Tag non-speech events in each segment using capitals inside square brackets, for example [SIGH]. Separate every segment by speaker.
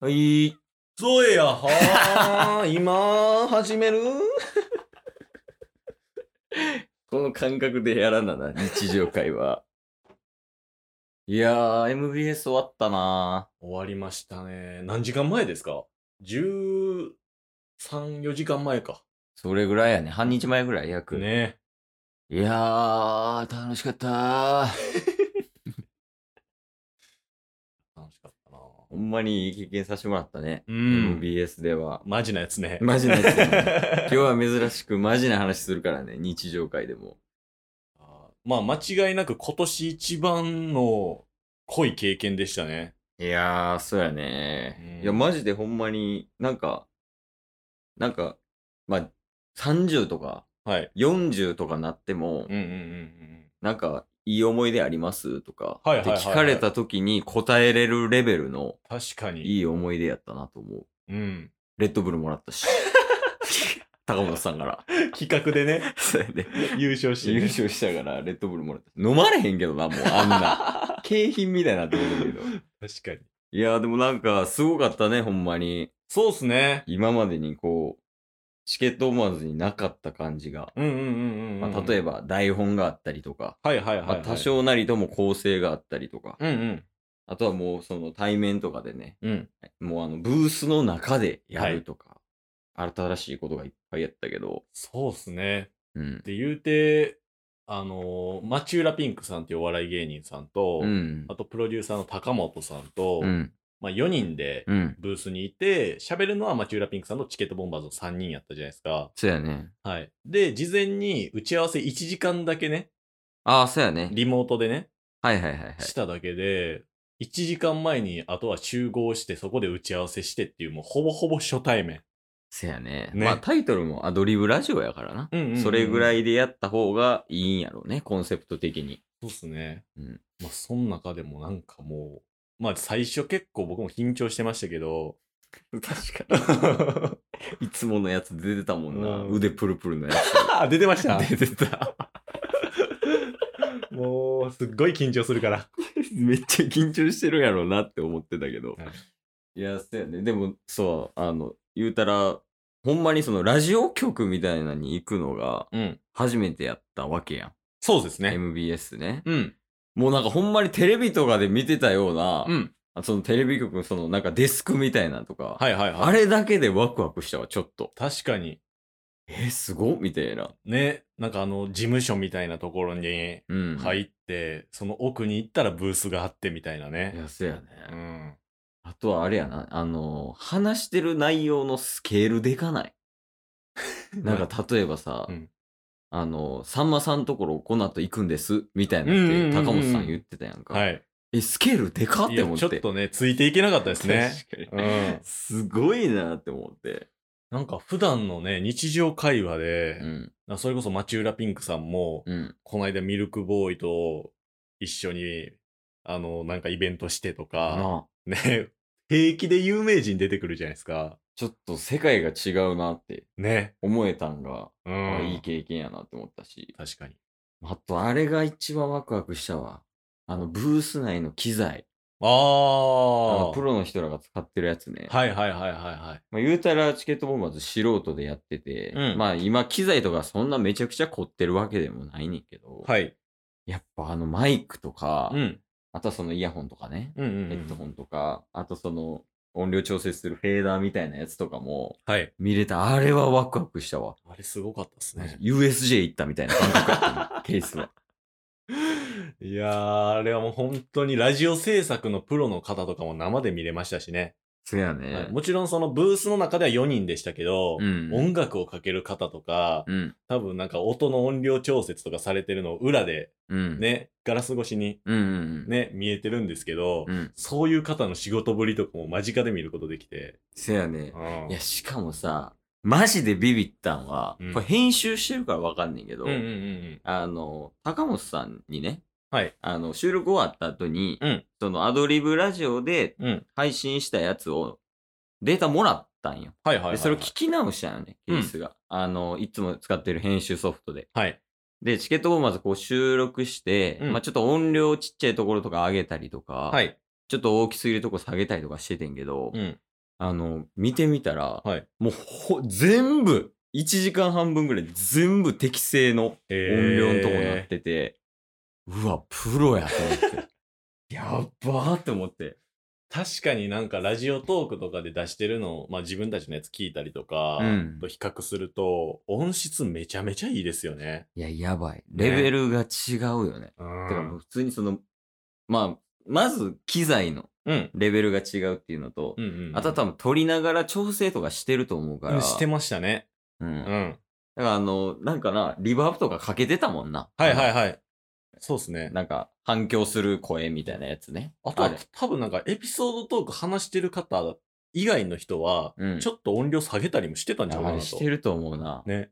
Speaker 1: はい。
Speaker 2: そう
Speaker 1: [LAUGHS]
Speaker 2: やは
Speaker 1: あー、今、始める [LAUGHS]
Speaker 2: この感覚でやらなな、日常会話。いやー、MBS 終わったな終わりましたね。何時間前ですか ?13、4時間前か。
Speaker 1: それぐらいやね。半日前ぐらい、約。
Speaker 2: ね
Speaker 1: いやー、楽しかったー。
Speaker 2: 楽しかったな
Speaker 1: ほんまにいい経験させてもらったね。
Speaker 2: う
Speaker 1: MBS では。
Speaker 2: マジなやつね。
Speaker 1: マジなやつ
Speaker 2: [LAUGHS]
Speaker 1: やね今日は珍しくマジな話するからね、日常会でも。
Speaker 2: あーまあ、間違いなく今年一番の濃い経験でしたね。
Speaker 1: いやー、そうやね、
Speaker 2: うん
Speaker 1: いや、マジでほんまに、なんか、なんか、まあ、30とか
Speaker 2: はい。
Speaker 1: 40とかなっても、
Speaker 2: うんうんうんうん。
Speaker 1: なんか、いい思い出ありますとか、
Speaker 2: は
Speaker 1: っ
Speaker 2: いはい
Speaker 1: て
Speaker 2: はいはい
Speaker 1: 聞かれた時に答えれるレベルの
Speaker 2: 確かに。
Speaker 1: いい思い出やったなと思う。 [LAUGHS]
Speaker 2: うん。
Speaker 1: レッドブルもら
Speaker 2: [LAUGHS]
Speaker 1: ったし。高本さんから。
Speaker 2: 企画でね、
Speaker 1: そうやで。
Speaker 2: 優勝して、ね。
Speaker 1: [LAUGHS] 優勝したから、レッドブルもらった。飲まれへんけどな、もう、あん
Speaker 2: [LAUGHS]
Speaker 1: な。景品みたいになって思うけど。
Speaker 2: 確かに。
Speaker 1: いやー、でもなんか、すごかったね、ほんまに。
Speaker 2: そうっすね。
Speaker 1: 今までにこう、チケット思わずになかった感じが、
Speaker 2: うんうんうんうん、うん
Speaker 1: まあ、例え。ば台本があったりとか、
Speaker 2: はいはいはい、はい
Speaker 1: まあ、多。少なりとも構成があったりとか、
Speaker 2: うんうん。
Speaker 1: あとはもうその対面とかでね、
Speaker 2: うん。
Speaker 1: もうあのブースの中でやるとか、新しいことがいっぱいやったけど、
Speaker 2: そうっすね。
Speaker 1: うん。
Speaker 2: で、言うて、あのーマチューラピンクさんっていうお笑い芸人さんと、
Speaker 1: うん
Speaker 2: あ。とプロデューサーの高本さんと、
Speaker 1: うん。
Speaker 2: まあ4人で
Speaker 1: うん。
Speaker 2: ブースにいて、喋るのはマチューラピンクさんのチケットボンバーズの3人やったじゃないですか。
Speaker 1: そうやね。
Speaker 2: はい。で、事前に打ち合わせ1時間だけね、
Speaker 1: ああ、そうやね。
Speaker 2: リモートでね、
Speaker 1: はいはいはいはい。
Speaker 2: しただけで、1時間前にあとは集合してそこで打ち合わせしてっていう、もうほぼほぼ初対面。
Speaker 1: そうやね。
Speaker 2: ね
Speaker 1: まあタイトルもアドリブラジオやからな。
Speaker 2: うんうんうん
Speaker 1: それぐらいでやった方がいいんやろうね、コンセプト的に。
Speaker 2: そうっすね。
Speaker 1: うん
Speaker 2: まあ、その中でもなんかもう、まあ、最初結構僕も緊張してましたけど、
Speaker 1: 確か [LAUGHS] に。いつものやつ出てたもんな。
Speaker 2: うん
Speaker 1: 腕プルプルのや
Speaker 2: あ出てまし
Speaker 1: [LAUGHS] つ。出てた。
Speaker 2: もう、すっごい緊張するから。
Speaker 1: めっちゃ緊張してるやろうなって思ってたけど。
Speaker 2: はい
Speaker 1: いや、そうやね。でも、そう、あの、言うたら、ほんまにそのラジオ局みたいなのに行くのが
Speaker 2: うん。
Speaker 1: 初めてやったわけや
Speaker 2: そうです
Speaker 1: ん。
Speaker 2: ね。
Speaker 1: MBS ね。
Speaker 2: うん。
Speaker 1: もうなんかほんまにテレビとかで見てたような、
Speaker 2: うん。
Speaker 1: そのテレビ局のそのなんかデスクみたいなのとか、
Speaker 2: はいはいはい。
Speaker 1: あれだけでワクワクしたわ、ちょっと。
Speaker 2: 確かに。
Speaker 1: えすごっみたいな。
Speaker 2: ね、なんかあの、事務所みたいなところに
Speaker 1: うん。
Speaker 2: 入って、その奥に行ったらブースがあってみたいないね。
Speaker 1: や、そうやね。
Speaker 2: うん。
Speaker 1: あとはあれやな、あの、話してる内容のスケールでか
Speaker 2: [LAUGHS]
Speaker 1: ない。なんか例えばさ、
Speaker 2: うん
Speaker 1: あの、さんまさんところこの後行くんです、みたいなっ
Speaker 2: うんうんうんう
Speaker 1: て
Speaker 2: ん
Speaker 1: 高本さん言ってたやんか。
Speaker 2: はい。
Speaker 1: え、スケールでかっ
Speaker 2: い
Speaker 1: て
Speaker 2: や
Speaker 1: 思って。
Speaker 2: ちょっとね、ついていけなかったですね。
Speaker 1: [LAUGHS] 確か
Speaker 2: う
Speaker 1: に。
Speaker 2: ん。
Speaker 1: すごいなって思って。
Speaker 2: なんか普段のね、日常会話で、
Speaker 1: うん。
Speaker 2: なそれこそ町浦ピンクさんも、
Speaker 1: うん。
Speaker 2: この間ミルクボーイと一緒に、あの、なんかイベントしてと
Speaker 1: なあ
Speaker 2: か、[LAUGHS] ね、平気で有名人出てくるじゃないですか。
Speaker 1: ちょっと世界が違うなって
Speaker 2: ね。
Speaker 1: 思えたんが、
Speaker 2: う
Speaker 1: あ
Speaker 2: ん。
Speaker 1: いい経験やなって思ったし。
Speaker 2: 確かに。
Speaker 1: あと、あれが一番ワクワクしたわ。あの、ブース内の機材。あ
Speaker 2: ああ
Speaker 1: の、プロの人らが使ってるやつね。
Speaker 2: はいはいはいはいはい。
Speaker 1: まあ、言うたらチケットボンバーズ素人でやってて、
Speaker 2: うん
Speaker 1: まあ今機材とかそんなめちゃくちゃ凝ってるわけでもないねんけど、
Speaker 2: はい。
Speaker 1: やっぱあのマイクとか、
Speaker 2: うん。
Speaker 1: あとはそのイヤホンとかね、
Speaker 2: うんうん、
Speaker 1: ヘッドホ
Speaker 2: ン。
Speaker 1: ンとか、あとその音量調節するフェーダーみたいなやつとかも
Speaker 2: はい。
Speaker 1: 見れた。あれはワクワクしたわ。
Speaker 2: あれすごかったですね。
Speaker 1: USJ 行ったみたいな感覚やったもんケースは。
Speaker 2: [LAUGHS] いやー、あれはもう本当にラジオ制作のプロの方とかも生で見れましたしね。
Speaker 1: そうや
Speaker 2: は
Speaker 1: ね
Speaker 2: い。もちろんそのブースの中では4人でしたけど、
Speaker 1: うん
Speaker 2: 音楽をかける方とか、
Speaker 1: うん。
Speaker 2: 多分なんか音の音量調節とかされてるのを裏で
Speaker 1: うん。。
Speaker 2: ね、ガラス越しに
Speaker 1: うんうん。。
Speaker 2: ね、見えてるんですけど、
Speaker 1: うん。
Speaker 2: そういう方の仕事ぶりとかも間近で見ることできて。
Speaker 1: そうやね。
Speaker 2: うん
Speaker 1: いや、しかもさ、マジでビビったんは、
Speaker 2: うん
Speaker 1: これ編集してるからわかんねんけど、
Speaker 2: うんうんうんうん。
Speaker 1: あの、高本さんにね、
Speaker 2: はい。
Speaker 1: あの、収録終わった後に、
Speaker 2: うん
Speaker 1: そのアドリブラジオで
Speaker 2: うん。
Speaker 1: 配信したやつを、データもらったんよ。
Speaker 2: はいはいはい、はい。
Speaker 1: で、それを聞き直したよね、ケ
Speaker 2: うん
Speaker 1: ースが。あの、いつも使ってる編集ソフトで。
Speaker 2: はい。
Speaker 1: で、チケットをまずこう収録して、
Speaker 2: うん
Speaker 1: まあちょっと音量ちっちゃいところとか上げたりとか、
Speaker 2: はい。
Speaker 1: ちょっと大きすぎるとこ下げたりとかしててんけど、
Speaker 2: うん。
Speaker 1: あの、見てみたら、
Speaker 2: はい
Speaker 1: もうほ全部、1時間半分ぐらい全部適正の音量のとこになっ
Speaker 2: え
Speaker 1: てて、うわ、プロやと思って。
Speaker 2: [LAUGHS]
Speaker 1: やっばーって思って。
Speaker 2: 確かになんかラジオトークとかで出してるのを、まあ、自分たちのやつ聞いたりとか
Speaker 1: うん
Speaker 2: と比較すると、音質めちゃめちゃいいですよね。
Speaker 1: いや、やばい。レ
Speaker 2: ね
Speaker 1: ベルが違うよね。
Speaker 2: う
Speaker 1: だからもう普通にその、まあ、まず機材の
Speaker 2: うん。
Speaker 1: レベルが違うっていうのと、
Speaker 2: うんうんうん、
Speaker 1: あとは多分撮りながら調整とかしてると思うから。
Speaker 2: うんしてましたね。
Speaker 1: うん。
Speaker 2: う
Speaker 1: だ
Speaker 2: ん。
Speaker 1: か
Speaker 2: は
Speaker 1: らあの、なんかな、リバーブとかかけてたもんな。
Speaker 2: いはいはい。そうですね。
Speaker 1: なんか、反響する声みたいなやつね。
Speaker 2: あとは
Speaker 1: れ
Speaker 2: 多分なんかエピソードトーク話してる方以外の人は、
Speaker 1: うん。
Speaker 2: ちょっと音量下げたりもしてたんじゃな
Speaker 1: あ
Speaker 2: いか
Speaker 1: れ
Speaker 2: な
Speaker 1: し
Speaker 2: と。
Speaker 1: てると思うな。
Speaker 2: ね。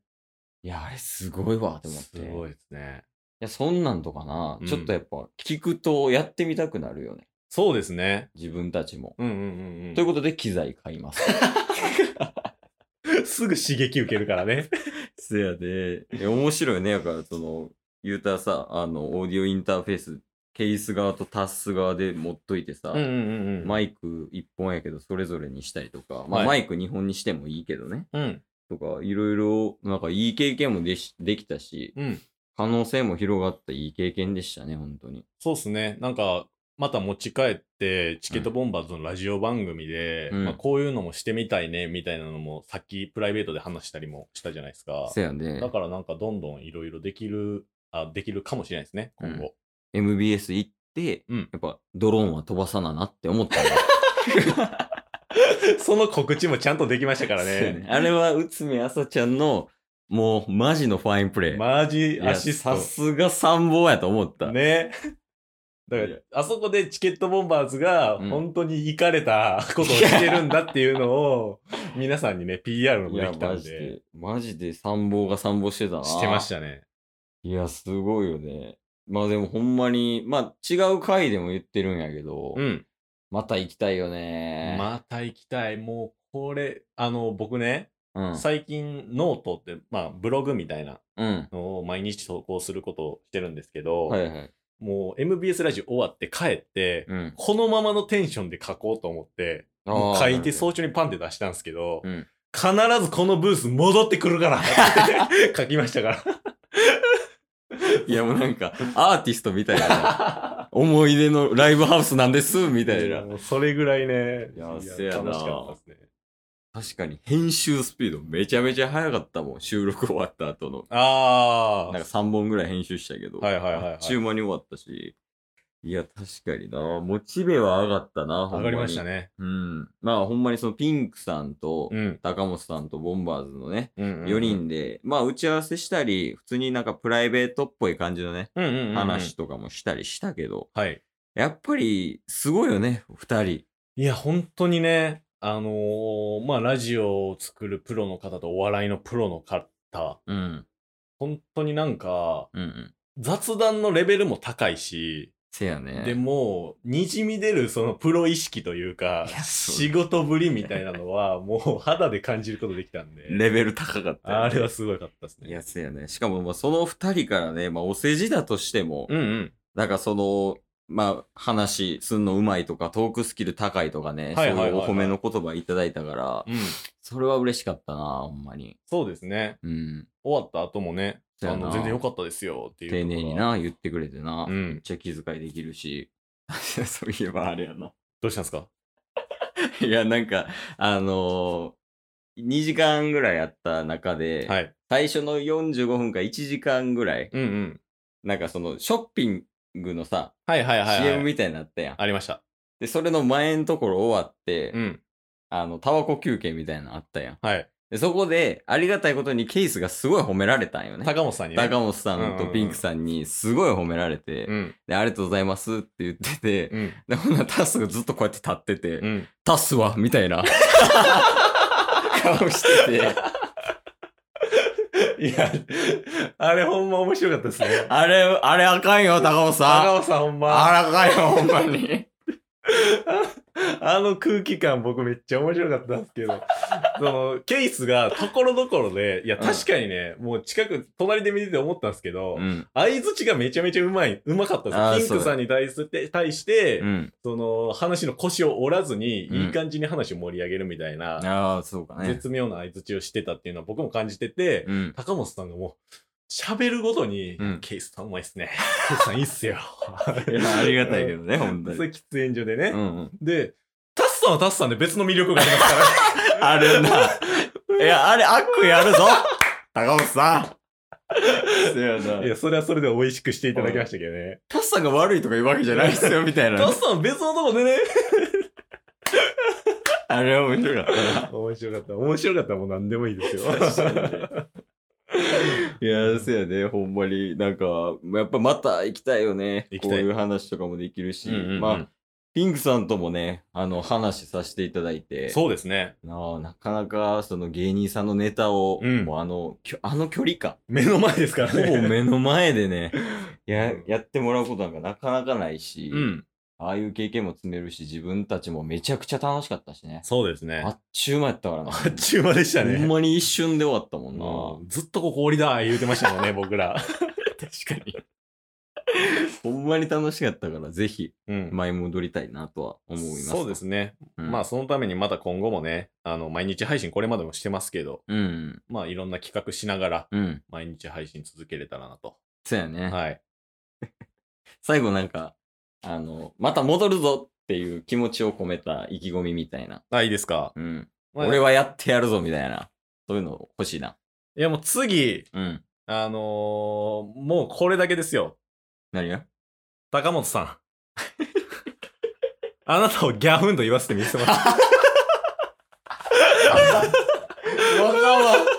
Speaker 1: いや、あれすごいわ、と思って。
Speaker 2: すご
Speaker 1: い。
Speaker 2: いですね。
Speaker 1: や、そんなんとかな、
Speaker 2: うん
Speaker 1: ちょっとやっぱ、聞くとやってみたくなるよね。
Speaker 2: そうですね。
Speaker 1: 自分たちも。
Speaker 2: うんうんうん、
Speaker 1: ということで、機材買います。
Speaker 2: [LAUGHS] とすぐ刺激受けるから
Speaker 1: [LAUGHS]
Speaker 2: ね。
Speaker 1: せやで。いや [LAUGHS] 面白いね。だから、その、言うたらさ、あの、オーディオインターフェース、ケース側とタッス側で持っといてさ、
Speaker 2: うんうんうんうん。
Speaker 1: マイク1本やけど、それぞれにしたりとか、ま
Speaker 2: は
Speaker 1: あ、
Speaker 2: い
Speaker 1: マイク2本にしてもいいけどね。
Speaker 2: うん。
Speaker 1: とか、いろいろ、なんかいい経験もでしできたし、
Speaker 2: うん。
Speaker 1: 可能性も広がったいい経験でしたね、本当に。
Speaker 2: そうですね。なんか、また持ち帰って、チケットボンバーズのラジオ番組で、
Speaker 1: うん
Speaker 2: まあ、こういうのもしてみたいね、みたいなのも、さっきプライベートで話したりもしたじゃないですか。
Speaker 1: せやで
Speaker 2: だ、からなんか、どんどんいろいろできる、あ、できるかもしれないですね、今後。
Speaker 1: MBS 行って、
Speaker 2: うん
Speaker 1: やっぱドローンは飛ばさななって思ったんだ
Speaker 2: その告知もちゃんとできましたから
Speaker 1: せやね
Speaker 2: ね。
Speaker 1: [LAUGHS] あれは内海あさちゃんの、もうマジのファインプレー。
Speaker 2: マ
Speaker 1: い
Speaker 2: ジ
Speaker 1: や
Speaker 2: アシス
Speaker 1: さ
Speaker 2: ト。
Speaker 1: すが参謀やと思った。
Speaker 2: ね。だか
Speaker 1: いや
Speaker 2: ら、あそこでチケットボンバーズが
Speaker 1: うん
Speaker 2: 本当に行かれたことをしてるんだっていうのを、皆さんにね、PR
Speaker 1: い
Speaker 2: もで
Speaker 1: や、
Speaker 2: きた
Speaker 1: マ
Speaker 2: ん
Speaker 1: ジ
Speaker 2: で、
Speaker 1: で、マジで参謀が参謀してたな。
Speaker 2: してましたね。
Speaker 1: いや、すごいよね。まあでもほんまに、まあ違う回でも言ってるんやけど、
Speaker 2: うん。
Speaker 1: また行きたいよね。
Speaker 2: また行きたい。もう、これ、あの、僕ね、
Speaker 1: うん。
Speaker 2: 最近ノートって、まあ、ブログみたいな
Speaker 1: うん。
Speaker 2: のを毎日投稿することをしてるんですけど、
Speaker 1: はいはい。
Speaker 2: もう MBS ラジオ終わって帰って、
Speaker 1: うん。
Speaker 2: このままのテンションで書こうと思って、もう書いて早朝にパンって出したんですけど、
Speaker 1: うん
Speaker 2: 必ずこのブース戻ってく
Speaker 1: [LAUGHS]
Speaker 2: るからって書きましたか
Speaker 1: いやもうなんか、アーティストみたいな。
Speaker 2: ら。
Speaker 1: 思い出のライブハウスなんです、 [LAUGHS] みたいな。
Speaker 2: もうそれぐらいね、
Speaker 1: いやせやな
Speaker 2: 楽しかったですね。
Speaker 1: 確かに編集スピードめちゃめちゃ速かったもん。収録終わった後の。
Speaker 2: あ
Speaker 1: なんか3本ぐらい編集したけど。
Speaker 2: はいはいはいはい
Speaker 1: あっちゅう間に終わったし。いや、確かにな。モチベは上がったな、
Speaker 2: あ、
Speaker 1: ほんま
Speaker 2: 上が
Speaker 1: に。
Speaker 2: りました。ね。
Speaker 1: うん。まあほんまにそのピンクさんと、
Speaker 2: うん。
Speaker 1: 高本さんとボンバーズのね、
Speaker 2: うん
Speaker 1: 4。人で、まあ打ち合わせしたり、普通になんかプライベートっぽい感じのね、
Speaker 2: うんうんうんうん。
Speaker 1: 話。とかもしたりしたけど、
Speaker 2: はい。
Speaker 1: やっぱりすごいよね、2人。
Speaker 2: いや、本当にね、あのーまあ、ラジオを作るプロの方とお笑いのプロの方、
Speaker 1: うん。
Speaker 2: 本当になんか、
Speaker 1: うんうん。
Speaker 2: 雑談のレベルも高いし、
Speaker 1: せやね。
Speaker 2: でもう、にじみ出るそのプロ意識というか
Speaker 1: いや、そう
Speaker 2: 仕事ぶりみたいなの
Speaker 1: [LAUGHS]
Speaker 2: は、もう肌で感じることできたんで、
Speaker 1: レベル高かったよね、
Speaker 2: あれはすごいかったですね。
Speaker 1: いや、せやね。しかも、まあ、その二人からね、まあ、お世辞だとしても、
Speaker 2: うんうん。
Speaker 1: なんかその、まあ、話すんのうまいとか、トークスキル高いとかね、
Speaker 2: はいはいはいはい
Speaker 1: そういうお褒めの言葉いただいたから、
Speaker 2: うん。
Speaker 1: それは嬉しかったな、ほんまに。
Speaker 2: そうですね。
Speaker 1: うん。
Speaker 2: 終わった後もね、
Speaker 1: そう
Speaker 2: あ
Speaker 1: やな
Speaker 2: の、全然良かったですよっていう。
Speaker 1: 丁寧に。な、言ってくれてな、
Speaker 2: う
Speaker 1: めっ
Speaker 2: ん。
Speaker 1: ちゃ気遣いできるし。 [LAUGHS] そういえばあれやな。
Speaker 2: どうしたんですか
Speaker 1: いや、なんか、あのー、2時間ぐらいあった中で、
Speaker 2: はい。
Speaker 1: 最初の45分か1時間ぐらい、
Speaker 2: うんうん。
Speaker 1: なんかその、ショッピングのさ、
Speaker 2: はいはいはい、はい。
Speaker 1: CM みたいになったやん。
Speaker 2: ありました。
Speaker 1: で、それの前のところ終わって、
Speaker 2: うん。
Speaker 1: あの、タバコ休憩みたいなのあったやん。
Speaker 2: はい。
Speaker 1: で、そこで、ありがたいことにケースがすごい褒められたんよね。
Speaker 2: 高本さんにね。
Speaker 1: 高本さんとピンクさんにすごい褒められて、
Speaker 2: うん。
Speaker 1: で、ありがとうございますって言ってて、
Speaker 2: うん。
Speaker 1: で、ほんならタスがずっとこうやって立ってて、 [LAUGHS]
Speaker 2: うん。
Speaker 1: タスはみた
Speaker 2: [LAUGHS]
Speaker 1: いな顔してて、
Speaker 2: いや、あれほんま面白かったですね。
Speaker 1: あれ、あれあかんよ、高本さん。
Speaker 2: 高本さんほんま。 [LAUGHS]
Speaker 1: あらあかんよ、ほんまに。
Speaker 2: あの空気感僕めっちゃ面白かったんですけど、そのケースがところどころで、いや
Speaker 1: うん
Speaker 2: 確かにね、もう近く、隣で見てて思ったんですけど、
Speaker 1: うん。
Speaker 2: 相槌がめちゃめちゃうまい、うまかった
Speaker 1: あ
Speaker 2: で
Speaker 1: ー
Speaker 2: す。ピンクさんに対して、対して、
Speaker 1: うん。
Speaker 2: その話の腰を折らずに、
Speaker 1: うん
Speaker 2: いい感じに話を盛り上げるみたいな、
Speaker 1: ああ、そうかね。
Speaker 2: 絶妙な相槌をしてたっていうのは僕も感じてて、
Speaker 1: うん。
Speaker 2: 高本さんがもう、喋るごとに、
Speaker 1: うん
Speaker 2: ケースさんうまいっすね。ケースさんいいっすよ。
Speaker 1: いやありがたいけど [LAUGHS] ね、本当
Speaker 2: そ [LAUGHS] れ
Speaker 1: に。
Speaker 2: 喫煙所でね。
Speaker 1: うんうん。
Speaker 2: で、タスさんはタスさんで別の魅力がありますから。
Speaker 1: あるな。いや、あれ、悪やるぞ高本さんせや
Speaker 2: い
Speaker 1: な。
Speaker 2: や、それはそれで美味しくしていただきましたけどね。
Speaker 1: タスさんが悪いとか言うわけじゃないですよ、みたい
Speaker 2: タ
Speaker 1: な。
Speaker 2: スさん別のとこでね。
Speaker 1: あれは面白かったな。
Speaker 2: [LAUGHS] 面白かった。面白かったらもう何でもいいですよ。
Speaker 1: 確かにねいや、せやね、ほんまに、なんか、やっぱまた行きたいよね。
Speaker 2: 行き
Speaker 1: こ
Speaker 2: た
Speaker 1: う
Speaker 2: い
Speaker 1: いう話とかもできるし、
Speaker 2: うんうんうん
Speaker 1: まあ、ピンクさんともね、あの、話させていただいて、
Speaker 2: そうですね。
Speaker 1: なあなかなか、その芸人さんのネタを、
Speaker 2: うん
Speaker 1: もうあの、きょあの距離
Speaker 2: [LAUGHS]
Speaker 1: 感、
Speaker 2: 目の前ですから
Speaker 1: ほぼ
Speaker 2: ね。
Speaker 1: 目の前でね、や
Speaker 2: うん、
Speaker 1: やってもらうことなんかなかなかないし、
Speaker 2: うん。
Speaker 1: ああいう経験も積めるし、自分たちもめちゃくちゃ楽しかったしね。
Speaker 2: そうですね。
Speaker 1: あっちゅう間やったからな。
Speaker 2: あっちゅう間でした
Speaker 1: ほん
Speaker 2: ね。
Speaker 1: まに一瞬で終わったもんな。
Speaker 2: うんずっとここ降りだ言うてましたもんね、僕 [LAUGHS] ら。
Speaker 1: 確かに。ほんまに楽しかったから、ぜひ
Speaker 2: うん
Speaker 1: 前戻りたいなとは思います。
Speaker 2: そうです
Speaker 1: ね。
Speaker 2: ね。まあ、そのためにまた今後もね、あの、毎日配信これまでもしてますけど、
Speaker 1: うん。
Speaker 2: まあ、いろんな企画しながら、
Speaker 1: うん。
Speaker 2: 毎日配信続けれたらなと。
Speaker 1: そうやね。
Speaker 2: はい。
Speaker 1: 最後なんか、あの、また戻るぞっていう気持ちを込めた意気込みみたいな。
Speaker 2: あ、いいですか。
Speaker 1: うん。
Speaker 2: まあ
Speaker 1: 俺はやってやるぞみたいな。そういうの欲しいな。
Speaker 2: いや、もう次、
Speaker 1: うん。
Speaker 2: あのーもうこれだけですよ。
Speaker 1: 何が
Speaker 2: 高本さん。あなたをギャフンと言わせてみせます。
Speaker 1: わかんわ。